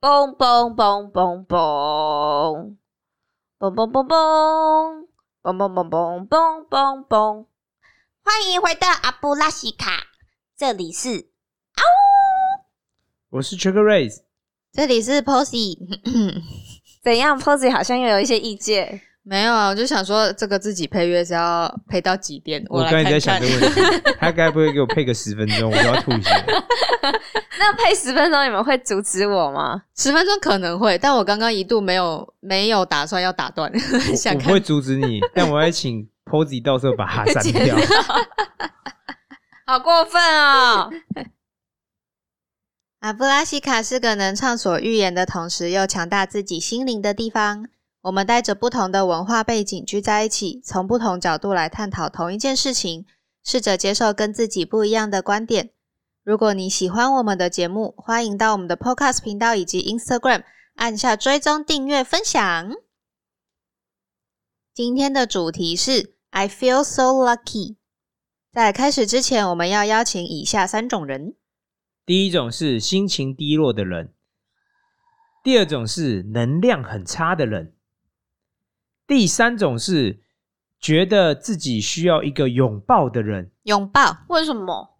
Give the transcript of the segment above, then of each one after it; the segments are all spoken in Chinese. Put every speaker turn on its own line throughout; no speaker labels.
嘣嘣嘣嘣嘣，嘣嘣嘣嘣，嘣嘣嘣嘣嘣嘣嘣。欢迎回到阿布拉西卡，这里是
我是 Trigger Rays，
这里是 Posy，
怎样？Posy 好像又有一些意 见，
没有啊，我就想说这个自己配乐是要配到几点？
我
来
刚才
看
在想
看
这。个问 题，他该不会给我配个十分钟，我都要吐血。
那配十分钟你们会阻止我吗？
十分钟可能会，但我刚刚一度没有没有打算要打断，
我
想
我不
看
会阻止你，但我要请 Posy 到时候把 它删掉。
好过分哦！
阿布拉西卡是个能畅所欲言的同时又强大自己心灵的地方。我们带着不同的文化背景聚在一起，从不同角度来探讨同一件事情，试着接受跟自己不一样的观点。如果你喜欢我们的节目，欢迎到我们的 Podcast 频道以及 Instagram 按下追踪、订阅、分享。今天的主题是 I feel so lucky。在开始之前，我们要邀请以下三种人。
第一种是心情低落的人，第二种是能量很差的人，第三种是觉得自己需要一个拥抱的人。
拥抱，
为什么？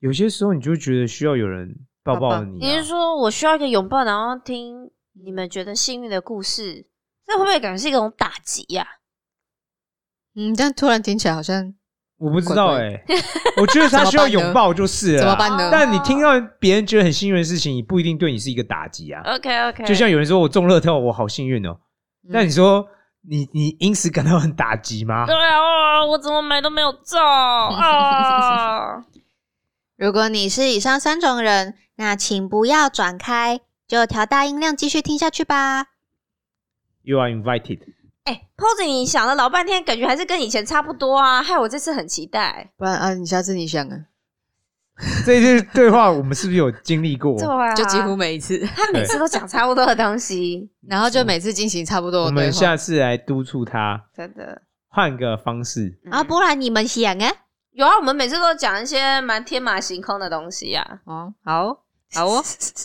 有些时候你就觉得需要有人抱
抱
抱
抱
你、
你
啊
是，说我需要一个拥抱，然后听你们觉得幸运的故事，这会不会感觉是一种打击呀、
嗯，这样突然听起来好像
我不知
怪
道
怪
哎、 我觉得他需要
怎么办呢
拥抱就是了啊。
怎么办
哦嗯
呢？
但你听到别人觉得很幸运的事情，也不一定对你是一个打击啊。
o k 哦 OK，
就像有人说我中乐透，我好幸运哦。
嗯
但你说你你因此感到很打击吗
对？啊、哦，我怎么买都没有 中啊！
如果你是以上三种人，那请不要转开，就调大音量继续听下去吧。
You are invited。
哎、p o s y 你想了老半天，感觉还是跟以前差不多啊，害我这次很期待。
不然啊，你下次你想啊，
这些对话我们是不是有经 历过？
对啊，
就几乎每一次，
他每次都讲差不多的东西，
然后就每次进行差不多
我
的对
们
话。
下次来督促他
真的。
换个方式。
嗯
啊，不然你们想啊。
有啊，我们每次都讲一些蛮天马行空的东西啊呀、
哦，好，好 哦。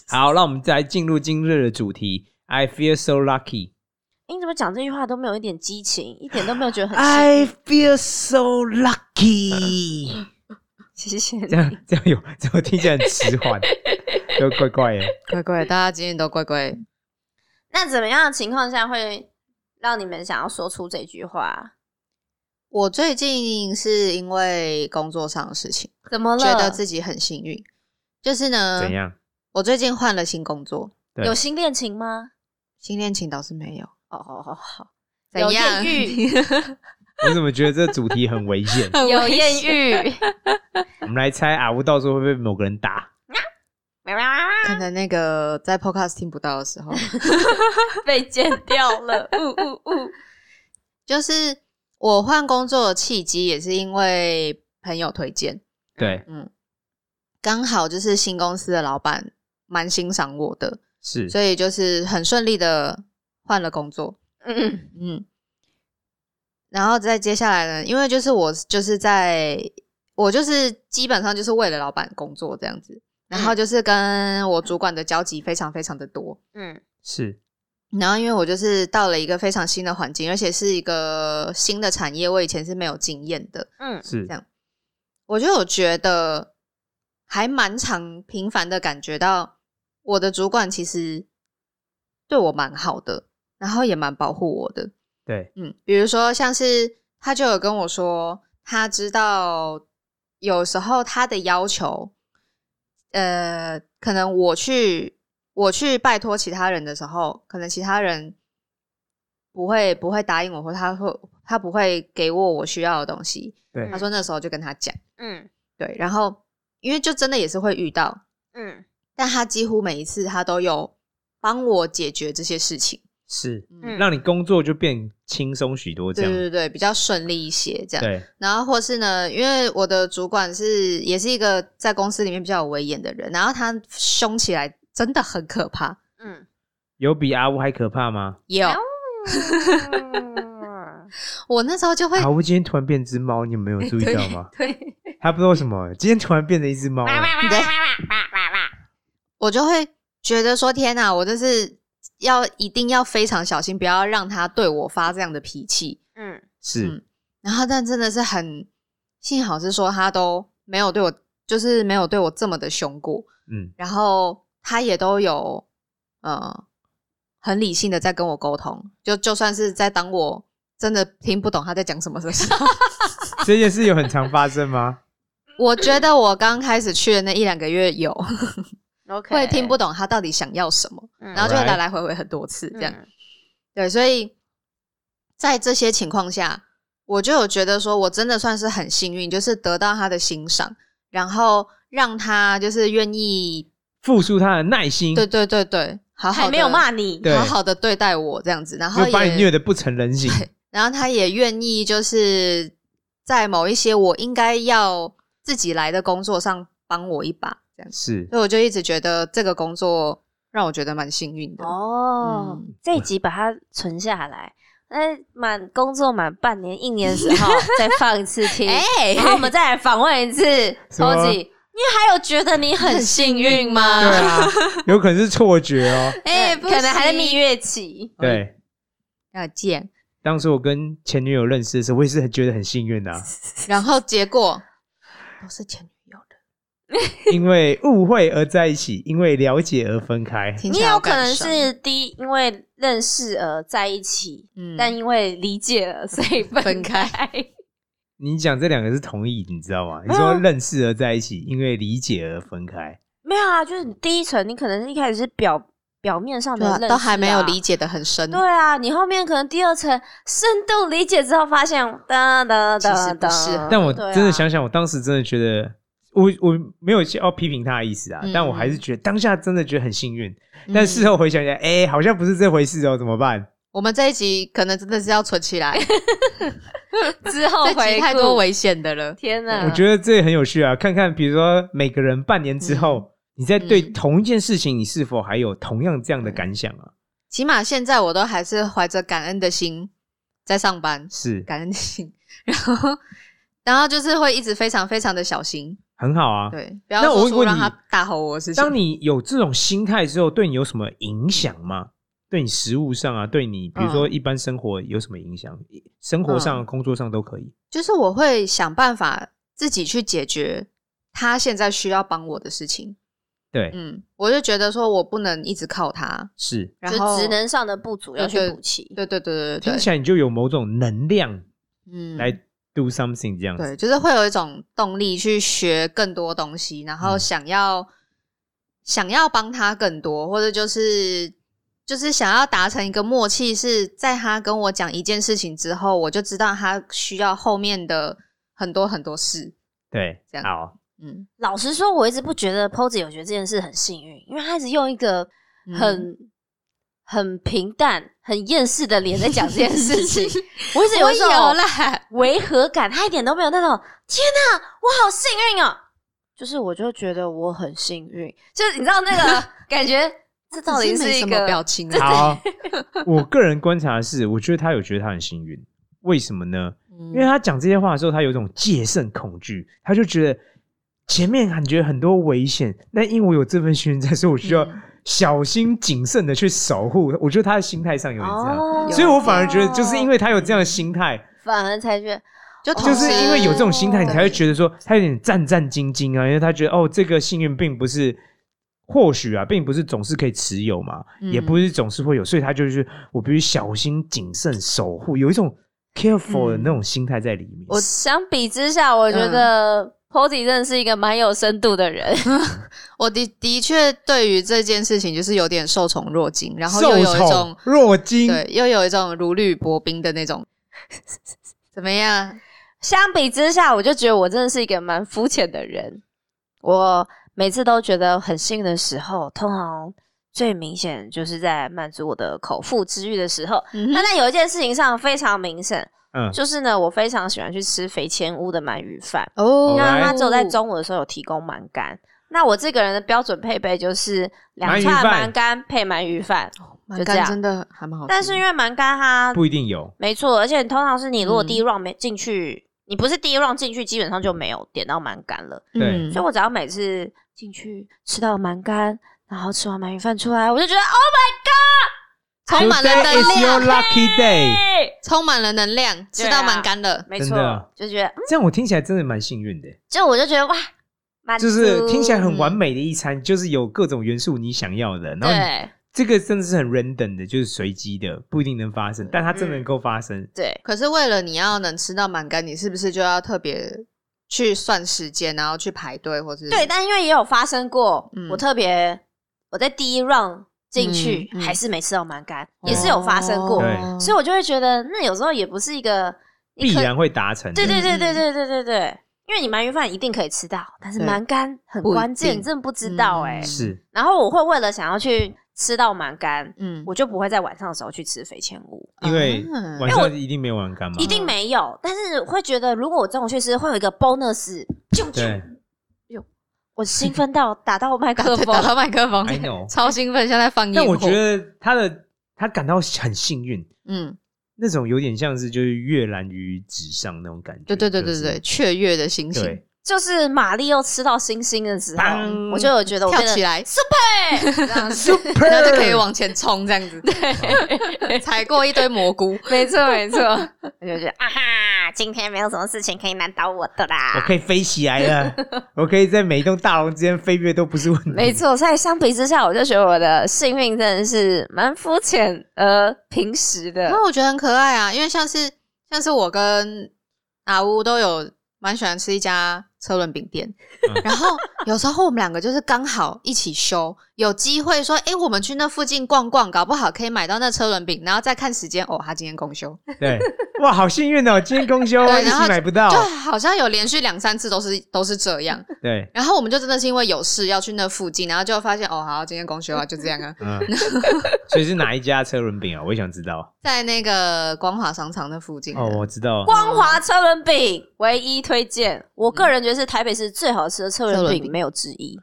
好，那我们再来进入今日的主题。I feel so lucky.
哎你怎么讲这句话都没有一点激情，一点都没有 觉得很幸
哎
运
I feel so lucky.
谢谢
这
你。
样这样有怎么听起来很迟缓，又怪怪的。
乖乖，大家今天都乖乖。
那怎么样的情况下会让你们想要说出这句话？
我最近是因为工作上的事情，
怎么了？
觉得自己很幸运。就是呢，
怎样？
我最近换了新工作，
对
有新恋情吗？
新恋情倒是没有。
哦哦哦，好，
怎
有艳
样
遇，
我怎么觉得这主题很危险？
有艳 遇。
我们来猜啊，我到时候会被某个人打。
可能那个在 podcast 听不到的 时候，
被剪掉了，呜呜呜！
就是我换工作的契机也是因为朋友推荐，嗯
对，
刚好就是新公司的老板蛮欣赏我的，
是
所以就是很顺利的换了工作，
嗯，
嗯。然后再接下来呢，因为就是我就是在我就是基本上就是为了老板工作这样子，然后就是跟我主管的交集非常非常的多，
嗯，
是，
然后，因为我就是到了一个非常新的环境，而且是一个新的产业，我以前是没有经验的。
嗯，
是
这样我就有觉得，还蛮常频繁的感觉到我的主管其实对我蛮好的，然后也蛮保护我的。
对，
嗯，比如说像是他就有跟我说，他知道有时候他的要求，呃，可能我去我去拜托其他人的时候，可能其他人不会不会答应我，或他会他不会给我我需要的东西。
对
他说那时候就跟他讲，
嗯，
对，然后因为就真的也是会遇到，
嗯，
但他几乎每一次他都有帮我解决这些事情。
是，
嗯
让你工作就变轻松许多，这
对
样
对对，比较顺利一些，这样。
对，
然后或是呢，因为我的主管是也是一个在公司里面比较有威严的人，然后他凶起来真的很可怕。
嗯，
有比阿乌还可怕吗？
有，
哎
嗯我那时候 就会，哎
阿乌今天突然变只猫，你们有注意到吗？
对，
他不知道为什么今天突然变成一只猫了，
我就会觉得说天哪，我就是要一定要非常小心，不要让他对我发这样的脾气。
嗯，
是
嗯然后，但真的是很幸好是说他都没有对我，就是没有对我这么的凶过。
嗯
然后他也都有呃很理性的在跟我沟通，就就算是在当我真的听不懂他在讲什么的时候，
这件事有很常发生吗？
我觉得我刚开始去的那一两个月有
OK，
会听不懂他到底想要什么，
嗯，
然后就会
Alright
来来回回很多次这样。
嗯
对，所以在这些情况下，我就有觉得说我真的算是很幸运，就是得到他的欣赏，然后让他就是愿意，
付出他的耐心，
对对对对，好好
还
地
没有骂你，
嗯对
好好的对待我这样子，然后
又把你虐
哦也，
得不成人形。
然后他也愿意就是在某一些我应该要自己来的工作上帮我一把，这样子，
是
所以我就一直觉得这个工作让我觉得蛮幸运的。
哦，
嗯
这一集把它存下来，那满工作满半年、一年时 候再放一次听，
哎
然后我们再来访问一次
什么
Tozi，你还有觉得你很幸运吗？
对啊，有可能是错觉 哦。
哎、
不
可能还在
行
蜜月期。
嗯
对，
要见，
当时我跟前女友认识的时候，我也是很觉得很幸运的、啊，
然后结果都是前女友 的，
因为误会而在一起，因为了解而分开。
听
你
起来
也有
好
可能
感伤
是第一，因为认识而在一起，
嗯
但因为理解了，所以分
分开
你讲这两个是同义，你知道吗？你说认识而在一起，因为理解而分开。
没有啊，就是你第一层，你可能是一开始是表表面上的
对啊
认识、
都还没有理。解的很深，
对啊，你后面可能第二层深度理解之后，发现哒哒
其
哒
实
哒
不是。
但我
对啊
真的想想，我当时真的觉得，我我没有要批评他的意思啊，
嗯
但我还是觉得当下真的觉得很幸运。
嗯，
但事后回想起来，哎、好像不是这回事哦，怎么办？
我们这一集可能真的是要存 起来，
之后
这
回
集
顾
太多危险的了。
天哪！
我觉得这很有趣啊！看看，比如说每个人半年之后，你在对
嗯
同一件事情，你是否还有同样这样的感想啊？
起码现在我都还是怀着感恩的心在上班，
是
感恩的心， 然后然后就是会一直非常非常的小心，
很好啊。
对，不要
那我
做
问
出
过
让
你
他大吼我的事情。
当你有这种心态之后，对你有什么影响吗？对你食物上啊，对你比如说一般生活有什么影响？生活上、
嗯
工作上都可以。
就是我会想办法自己去解决他现在需要帮我的事情，
对，
嗯，我就觉得说我不能一直靠他，
是
然
就
后
职能上的不足要去
对
补齐。
对对对对
听
对
起
对，
来你就有某种能量
嗯
来 do something 这样子。
对，就是会有一种动力去学更多东西，然后
嗯
想要、想要帮他更多，或者就是就是想要达成一个默契，是在他跟我讲一件事情之后，我就知道他需要后面的很多很多事。
对，
这样
好，
嗯，
老实说，我一直不觉得 Posy 有觉得这件事很幸运，因为他一直用一个
嗯
很、很平淡、很厌世的脸在讲这件事 情，我一直有
我
一种
有 啦，
违和感，他一点都没有那种天哪、我好幸运哦！就是我就觉得我很幸运，就是你知道那 个感觉，这到底
只
是
没
一
什么
个
表情啊？
好，我个人观察的是，我觉得他有觉得他很幸运，为什么呢？
因
嗯
因为他讲这些话的时候，他有一种戒慎恐惧，他就觉得前面感觉很多危险，但因为我有这份幸运在，所以我需要
嗯
小心谨慎的去守护。我觉得他的心态上有点这样，
哦
所以我反而觉得就是因为他有这样的心态，
反而才觉得
就
哦
同
就是因为有这种心态，你才会
对
觉得说他有点战战兢兢啊，因为他觉得哦，这个幸运并不是。或许啊，并不是总是可以持有嘛，
嗯
也不是总是会有，所以他就是我必须小心谨慎守护，有一种 careful 的那种心态在里面。
我相比之下，我觉得 Posy 真的是一个蛮有深度的人。
我的的确对于这件事情就是有点受宠若惊，然后又有一种
受宠若惊，
对，又有一种如履薄冰的那 种。怎么样？
相比之下，我就觉得我真的是一个蛮肤浅的人。我每次都觉得很幸运的时候，通常最明显就是在满足我的口腹之欲的时候。
嗯
那
哼
在有一件事情上非常明显，
嗯，
就是呢，我非常喜欢去吃肥前屋的鳗鱼饭。
哦
那
来
它只有在中午的时候有提供鳗干。那我这个人的标准配备就是两
鳗鱼
串
饭
鳗干配鳗鱼饭，
蛮
就这样
干真的还蛮好吃，
但是因为鳗干它
不一定有，
没错，而且通常是你如果
嗯
第一 round 没进去，你不是第一 round 进去，基本上就没有点到蛮干了。
对
嗯
所以我只要每次进去吃到蛮干，然后吃完鳗鱼饭出来，我就觉得哦 Oh
充满了
Today is
能
your
量，
lucky day。
my God！
充满了能量，
对啊
吃到满干了。
没
真的
错，就觉得嗯
这样我听起来真的蛮幸运的，
就我就觉得哇，满
就是听起来很
足
完美的一餐，就是有各种元素你想要的，然后你
对
这个真的是很 random 的，就是随机的，不一定能发生，
嗯
但它真的能够发生。
对
可是为了你要能吃到满干，你是不是就要特别去算时间，然后去排队，或是
对，但因为也有发生过，
嗯
我特别我在第一 round 进去、
嗯嗯哦
还是没吃到蛮干，也是有发生过，
对
所以我就会觉得那有时候也不是一个
必。
你可
然会达成的。
对对对对
嗯
对对对对，因为你鳗鱼饭一定可以吃到，但是
对
蛮干很
不一
关键，
定
你真的不知道哎、
嗯
是
然后我会为了想要去吃到蛮干，
嗯，
我就不会在晚上的时候去吃肥前屋，
因为
嗯
晚
因为我
上一定没有玩干嘛
一？定没有。但是会觉得如果我中午去吃，会有一个 bonus，啾
对
啾，我兴奋到打到麦克
对
风
打，到麦克风
，I，know。
超兴奋，像在放烟火。
但我觉，得他的他感到很幸运，
嗯，
那种有点像是就是跃然于纸上那种感觉。
对对对对
就是
对，雀跃的心情
对，
就是玛丽又吃到星星的时候
当，
我就有觉得我
跳
变得
起来，
super 这样子，
然后就可以往前冲，这样子，踩过一堆蘑菇。
没 错没错，我就觉得啊哈，今天没有什么事情可以难倒我的
我
啦。
可以飞起来 了，我可以在每一栋大楼之间飞跃都不是问题。
没错，所以相比之下，我就觉得我的幸运真的是蛮肤浅而平时的
因为。我觉得很可爱啊，因为像是像是我跟阿乌都有蛮喜欢吃一家车轮饼店，
嗯
然后有时候我们两个就是刚好一起休，有机会说，哎、我们去那附近逛逛，搞不好可以买到那车轮饼，然后再看时间，哦，他今天公休，
对，哇，好幸运哦！今天公休
对
一
然后
起买不到
哦
就，好像有连续两三次都是都是 这样，
对，
然后我们就真的是因为有事要去那附近，然后就发现，哦，好，今天公休啊，就 这样啊，
嗯，所以是哪一家车轮饼啊？我也想知道。
在那个光华商场那附近啊
哦，我知道，
光华车轮饼唯一推荐，我个人觉得是台北市最好吃的车
车
轮
轮
饼，
饼
没有之一。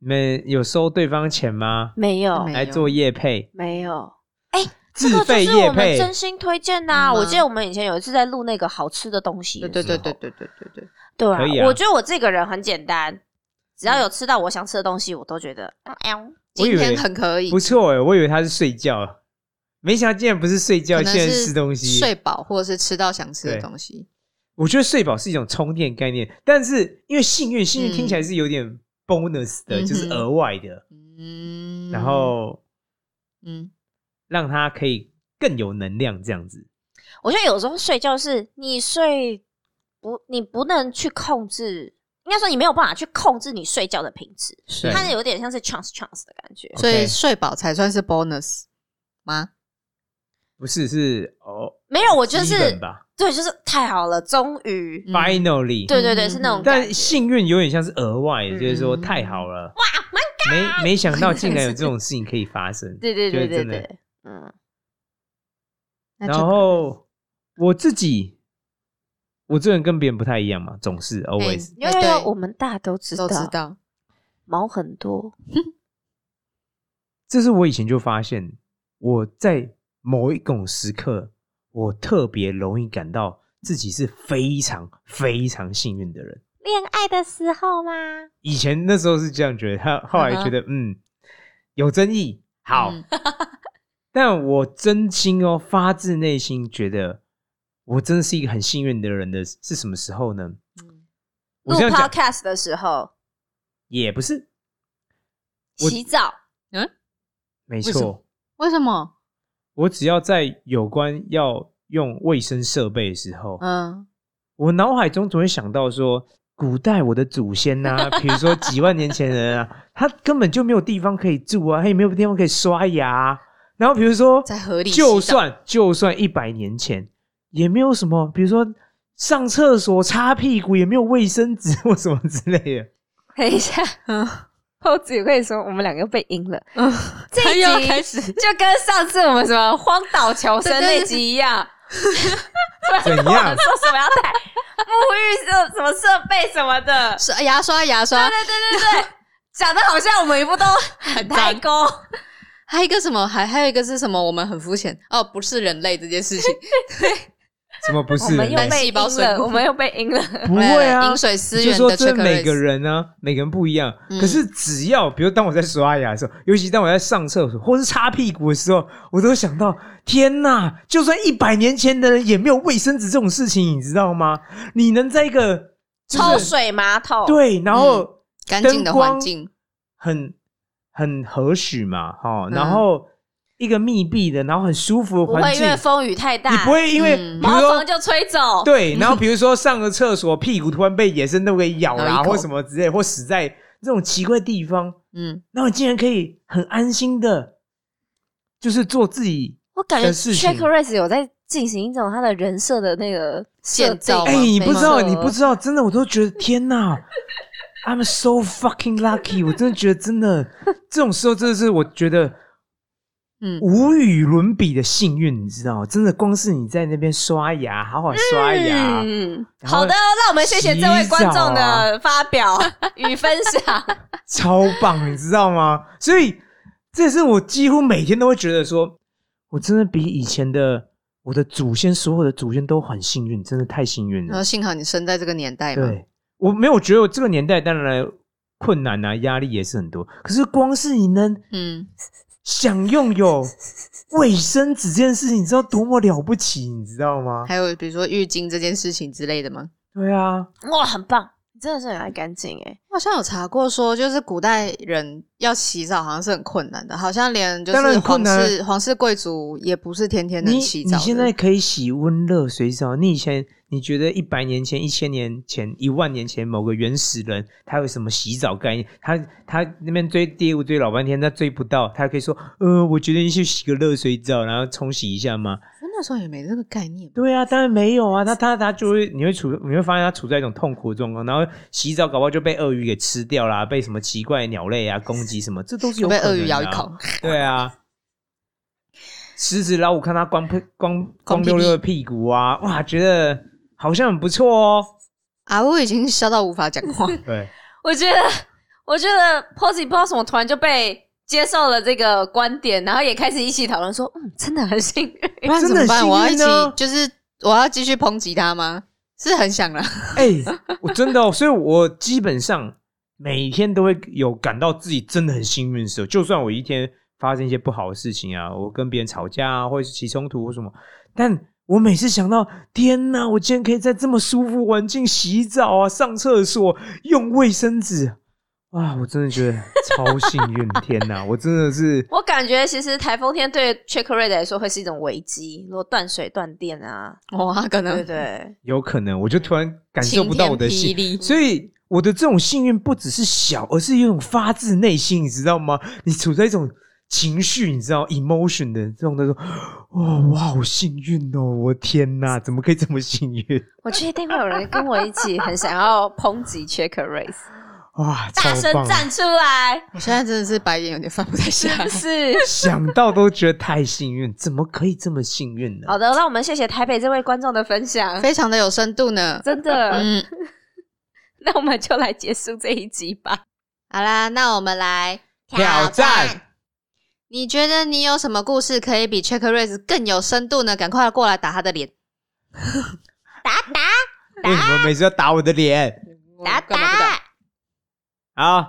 你们有收对方钱吗？
没有，
没有
来做业配，
没有，哎这
自
个
费
就是我
业
们
配，
真心推荐呐、
嗯吗
我记得我们以前有一次在录那个好吃的东西的
对
时
对
候，
对对对对对对，
对啊
可以啊
我觉得我这个人很简单，只要有吃到我想吃的东西，我都觉得嗯嗯
我以
今
为
天很可以，
不错哎，我以为他是睡觉，没想到竟然不是睡觉，
可
竟
能
然
是
吃东西。
睡饱或者是吃到想吃的
对
东西。
我觉得睡饱是一种充电概念，但是因为幸运，幸运
嗯
听起来是有点 bonus 的，
嗯哼
就是额外的，
嗯，
然后
嗯，
让他可以更有能量这样子。
我觉得有时候睡觉是你睡不，你不能去控制，应该说你没有办法去控制你睡觉的品质，
是
它有点像是 chance chance 的感觉。
所
OK
以睡饱才算是 bonus 吗？
不是是哦，
没有，我就
基本
是
吧、
对，就是太好了，终于，
嗯
f i n a l l y
对对对，是那种感
但
觉。
幸运有点像是额外的，
嗯
就是说太好了，哇，没没想到竟然有这种事情可以发生。
对对对对
就是真的
对，嗯，
那就
然后我自己，我这人跟别人不太一样嘛，总是 always，、
因
哎
为
对
我们大家都知道，
都知道，
毛很多，
这是我以前就发现，我在某一种时刻，我特别容易感到自己是非常非常幸运的人。
恋爱的时候吗？
以前那时候是这样觉得，他后来觉得嗯有争议好，
嗯
但我真心哦，发自内心觉得我真的是一个很幸运的人的，是什么时候呢？
嗯
我
录
这样讲
podcast 的时候，
也不是，我
洗澡，
没
为什
错
么，为什么？
我只要在有关要用卫生设备的时候，
嗯，
我脑海中总会想到说，古代我的祖先呐、比如说几万年前人啊，他根本就没有地方可以住啊，他也没有地方可以刷牙啊、然后比如说，
在河里洗澡
就算就算一百年前，也没有什么，比如说上厕所擦屁股也没有卫生纸或什么之类的。
等一下，
嗯
后子会说我们两个被赢了，
嗯，
这
他
一
又要
集
开始
就跟上次我们什么荒岛求生
对对
那集一样。
怎
跟我
样
们？ 说什么要带沐浴设什么设备什么的，
刷牙刷牙刷，
对对对对，讲的好像我们一步都很代沟。
还有一个什么，还还有一个是什么？我们很肤浅哦，不是人类这件事情，
怎么不
我
是
们又
人呢？
被
细胞
阴了，
生物
我们又被阴了。
不会啊
饮，水思
就
源
说
的
这
check
每个
list，
人呢、每个人不一样。
嗯
可是只要，比如当我在刷牙的时候，尤其当我在上厕所或是擦屁股的时候，我都想到，天哪！就算一百年前的人也没有卫生纸这种事情，你知道吗？你能在一个、就是、
抽水马桶，
对，然后
干净的
灯光
环境，
很很和煦嘛，哈、
嗯
然后一个密闭的，然后很舒服的
不
环
会因
境，
为风雨太大，
你不会因为、
嗯
比如
毛
说
虫就嗯吹走。
对，然后比如说上个厕所，屁股突然被野生动物给咬
咬
啦，
一口
或什么之类，或死在这种奇怪地方，
嗯，
然后你竟然可以很安心的，就是做自己。
我感觉
的事情
Check Race 有在进行一种他的人设的那个
建造
造。
吗
哎、你不知道，
哦没错
你不知道，真的，我都觉得天哪，I'm so fucking lucky！我真的觉得，真的，这种时候真的是我觉得，
嗯
无与伦比的幸运，你知道吗？真的，光是你在那边刷牙，好好刷牙，
嗯，
然后
好的，那我们谢谢这位观众
洗澡啊
的发 表与分享。
超棒，你知道吗？所以这是我几乎每天都会觉得说，我真的比以前的我的祖先，所有的祖先都很幸运，真的太幸运
然
了
后。幸好你生在这个年
哦
代嘛，
对，我没有觉得我这个年代当然困难啊，压力也是很多，可是光是你能
嗯，
想拥有卫生纸这件事情，你知道多么了不起，你知道吗？
还有比如说浴巾这件事情之类的吗？
对啊，
哇，很棒，你真的是很爱干净哎。
我好像有查过说，就是古代人要洗澡好像是很困难的，好像连就
当然
是
很困
皇
难啊
室皇室贵族也不是天天能
你
洗
你
澡的。
现在可以洗温热水澡，你以前你觉得一百年前、一千年前、一万年前某个原始人，他有什么洗澡概念？他他那边追猎物追老半天，他追不到，他可以说，呃，我决定去洗个热水澡，然后冲洗一下吗？
我那时候也没这个概念，
对啊，当然没有啊，那他他就会你会处你会发现他处在一种痛苦的状况，然后洗澡搞不好就被鳄鱼给吃掉啦，被什么奇怪的鸟类啊攻击什么，这都是有
我被
可
鳄
能
鱼
的
咬一
啊
口，
对啊，狮子老虎看它光屁光光溜溜的屁股啊，哇，觉得好像很不错哦。
啊，我已经笑到无法讲 话。
对，
我觉得，我觉得 Posy 不知道怎么突然就被接受了这个观点，然后也开始一起讨论说，嗯，真的很幸运。
不然
真
怎么
的很
办？
幸
我要一
运
起
啊
就是我要继续抨击他吗？是很想啦，
哎、我真的、哦，所以我基本上每天都会有感到自己真的很幸运的时候，就算我一天发生一些不好的事情啊，我跟别人吵架啊，或者是起冲突或什么，但。我每次想到，天哪！我竟然可以在这么舒服环境洗澡啊、上厕所、用卫生纸，哇！我真的觉得超幸运！天哪，我真的是
我感觉其实台风天对 Check Ray 来说会是一种危机，如果断水断电啊，
哇，可
对
能
不对？
有可能，我就突然感受不到我的
晴
嗯
天
幸
霹雳
所以我的这种幸运不只是小，而是一种发自内心，你知道吗？你处在一种情绪，你知道 emotion 的这种那种，哦，我好幸运哦，我 天哪，怎么可以这么幸运？
我确定会有人跟我一起很想要抨击 Check Ray，
哇，
大
超
声！
棒
站出来！
我现在真的是白眼有点放不太下
真
来。
是
想到都觉得太幸运，怎么可以这么幸运呢？
好的，让我们谢谢台北这位观众的分享，
非常的有深度呢。
真的。
嗯，
那我们就来结束这一集吧。
好啦，那我们来
挑战。
你觉得你有什么故事可以比 Check Race 更有深度呢？赶快过来打他的脸！
为什么每次要打哎我的脸？
打
哦干嘛不打
打，嗯
好，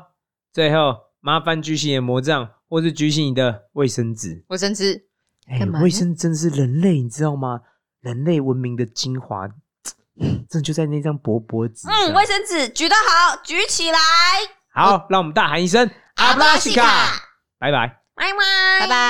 最后麻烦举起你的魔杖，或是举起你的卫生纸。
我甚至
哎、
干嘛呢
卫生真是人类，你知道吗？人类文明的精华，真的就在那张薄薄纸上。
啊
嗯，卫生纸举得好，举起来，
好，让我们大喊一声“阿布拉西卡”，拜拜。
拜拜，
拜拜。